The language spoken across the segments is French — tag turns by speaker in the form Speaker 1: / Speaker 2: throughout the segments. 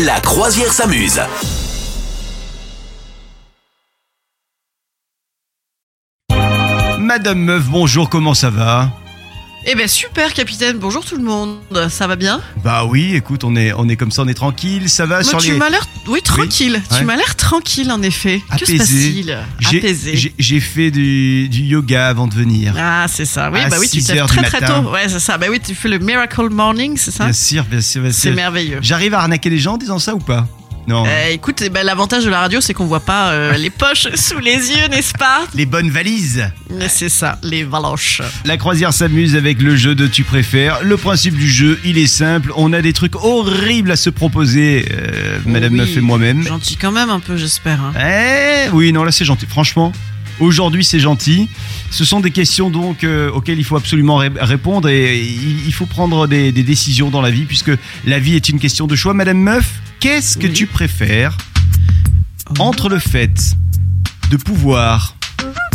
Speaker 1: La croisière s'amuse.
Speaker 2: Madame Meuf, bonjour, comment ça va
Speaker 3: Eh ben super capitaine, bonjour tout le monde, ça va bien
Speaker 2: Bah oui, écoute, on est, on est comme ça, on est tranquille, ça va
Speaker 3: Moi
Speaker 2: sur
Speaker 3: tu
Speaker 2: les...
Speaker 3: m'as l'air oui tranquille,
Speaker 2: ouais.
Speaker 3: tu m'as l'air tranquille en effet.
Speaker 2: Apaisé.
Speaker 3: Que se passe-t-il
Speaker 2: J'ai-
Speaker 3: Apaisé.
Speaker 2: J'ai j'ai fait du, du yoga avant de venir.
Speaker 3: Ah c'est ça, oui
Speaker 2: À
Speaker 3: bah oui tu
Speaker 2: 6
Speaker 3: te
Speaker 2: heures
Speaker 3: lèves
Speaker 2: du
Speaker 3: très très
Speaker 2: matin.
Speaker 3: tôt, ouais c'est ça, bah oui tu fais le miracle morning c'est ça
Speaker 2: bien sûr, bien sûr, bien
Speaker 3: hein? C'est
Speaker 2: sûr.
Speaker 3: merveilleux.
Speaker 2: J'arrive à arnaquer les gens en disant ça ou pas Non.
Speaker 3: Euh, écoute, eh ben, l'avantage de la radio c'est qu'on voit pas euh, les poches sous les yeux n'est-ce pas
Speaker 2: Les bonnes valises
Speaker 3: Mais C'est ça, les valanches.
Speaker 2: La croisière s'amuse avec le jeu de tu préfères. Le principe du jeu, il est simple. On a des trucs horribles à se proposer, euh, Madame
Speaker 3: Oui.
Speaker 2: Meuf et moi-même.
Speaker 3: Gentil quand même un peu j'espère. hein.
Speaker 2: Eh oui, non, là c'est gentil. Franchement, aujourd'hui c'est gentil. Ce sont des questions donc euh, auxquelles il faut absolument ré- répondre et il, il faut prendre des, des décisions dans la vie puisque la vie est une question de choix. Madame Meuf, qu'est-ce que
Speaker 3: Oui.
Speaker 2: tu préfères
Speaker 3: Oh.
Speaker 2: entre le fait de pouvoir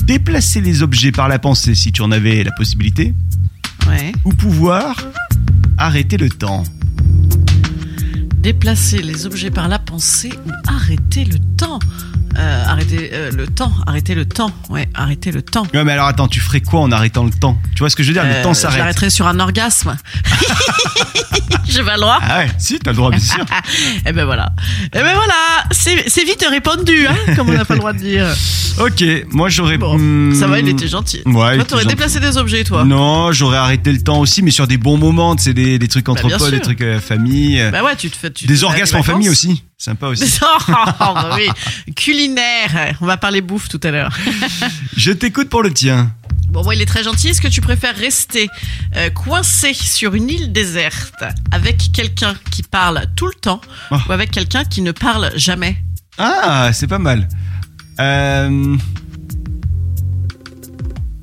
Speaker 2: déplacer les objets par la pensée si tu en avais la possibilité
Speaker 3: Ouais.
Speaker 2: ou pouvoir arrêter le temps
Speaker 3: Déplacer les objets par la pensée ou arrêter le temps. Euh, arrêter euh, le temps, arrêter le temps, ouais, arrêter le temps.
Speaker 2: Ouais mais alors attends, tu ferais quoi en arrêtant le temps Tu vois ce que je veux dire
Speaker 3: Euh,
Speaker 2: Ah, Le temps
Speaker 3: je
Speaker 2: s'arrête.
Speaker 3: l'arrêterai sur un orgasme. J'ai pas le droit.
Speaker 2: Ah ouais, si, t'as le droit, bien sûr.
Speaker 3: Et ben voilà. Et ben voilà. C'est c'est vite répandu, hein, comme on n'a pas le droit de dire.
Speaker 2: Ok, moi j'aurais.
Speaker 3: Bon,
Speaker 2: Hmm.
Speaker 3: ça va, il était gentil.
Speaker 2: Ouais, il
Speaker 3: toi,
Speaker 2: était
Speaker 3: t'aurais
Speaker 2: gentil.
Speaker 3: déplacé des objets, toi.
Speaker 2: Non, j'aurais arrêté le temps aussi, mais sur des bons moments, c'est des, des trucs entre
Speaker 3: Bah, bien
Speaker 2: potes,
Speaker 3: sûr.
Speaker 2: des trucs euh, famille, euh,
Speaker 3: Bah ouais, tu te fais. tu te
Speaker 2: des
Speaker 3: fais
Speaker 2: orgasmes en
Speaker 3: vacances.
Speaker 2: famille aussi, sympa aussi.
Speaker 3: Oh, bah oui. Culinaire. On va parler bouffe tout à l'heure.
Speaker 2: Je t'écoute pour le tien.
Speaker 3: Bon, moi, il est très gentil. Est-ce que tu préfères rester euh, coincé sur une île déserte avec quelqu'un qui parle tout le temps
Speaker 2: Oh.
Speaker 3: ou avec quelqu'un qui ne parle jamais
Speaker 2: Ah, c'est pas mal. Euh...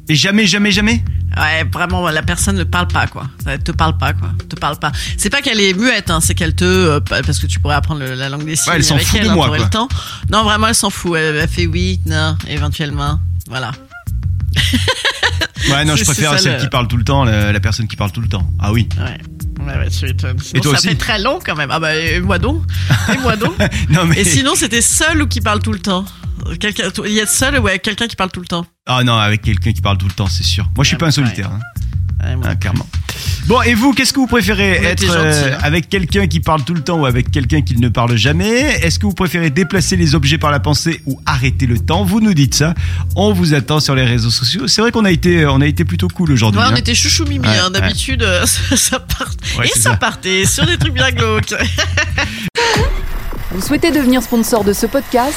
Speaker 2: Et jamais, jamais, jamais.
Speaker 3: Ouais, vraiment, la personne ne parle pas, quoi. Elle te parle pas, quoi. Te parle pas. C'est pas qu'elle est muette, hein, c'est qu'elle te, euh, pa- parce que tu pourrais apprendre le- la langue des signes
Speaker 2: elle s'en
Speaker 3: avec
Speaker 2: fout
Speaker 3: elle,
Speaker 2: de
Speaker 3: hein,
Speaker 2: moi,
Speaker 3: t'aurais
Speaker 2: quoi.
Speaker 3: le temps. Non, vraiment, elle s'en fout. Elle, elle fait oui, non, éventuellement. Voilà.
Speaker 2: Ouais, non, je
Speaker 3: C'est-
Speaker 2: préfère
Speaker 3: c'est ça,
Speaker 2: celle
Speaker 3: le-
Speaker 2: qui parle tout le temps, la, la personne qui parle tout le temps. Ah oui.
Speaker 3: Ouais. Ouais, ouais, tu m'étonnes. Sinon,
Speaker 2: toi
Speaker 3: ça
Speaker 2: aussi
Speaker 3: fait très long, quand même. Ah bah, et moi donc. Et moi donc.
Speaker 2: Non mais.
Speaker 3: Et sinon, c'était seul ou qui parle tout le temps Quelqu'un, il y a seul ou ouais, quelqu'un qui parle tout le temps
Speaker 2: Ah non, avec quelqu'un qui parle tout le temps, c'est sûr. Moi, je suis
Speaker 3: Ouais,
Speaker 2: pas un
Speaker 3: Ah ouais.
Speaker 2: solitaire. hein.
Speaker 3: Ouais, moi.
Speaker 2: Ah, clairement. Bon, et vous, qu'est-ce que vous préférez
Speaker 3: On était
Speaker 2: Être euh,
Speaker 3: gentils, hein.
Speaker 2: avec quelqu'un qui parle tout le temps ou avec quelqu'un qui ne parle jamais Est-ce que vous préférez déplacer les objets par la pensée ou arrêter le temps Vous nous dites ça. On vous attend sur les réseaux sociaux. C'est vrai qu'on a été, euh, on a été plutôt cool aujourd'hui.
Speaker 3: Ouais, on
Speaker 2: hein.
Speaker 3: était chouchou mimi,
Speaker 2: Ouais,
Speaker 3: hein,
Speaker 2: ouais.
Speaker 3: d'habitude, euh, ça, ça part-
Speaker 2: Ouais,
Speaker 3: et
Speaker 2: c'est
Speaker 3: ça,
Speaker 2: ça.
Speaker 3: partait sur des trucs bien glauques.
Speaker 4: Vous souhaitez devenir sponsor de ce podcast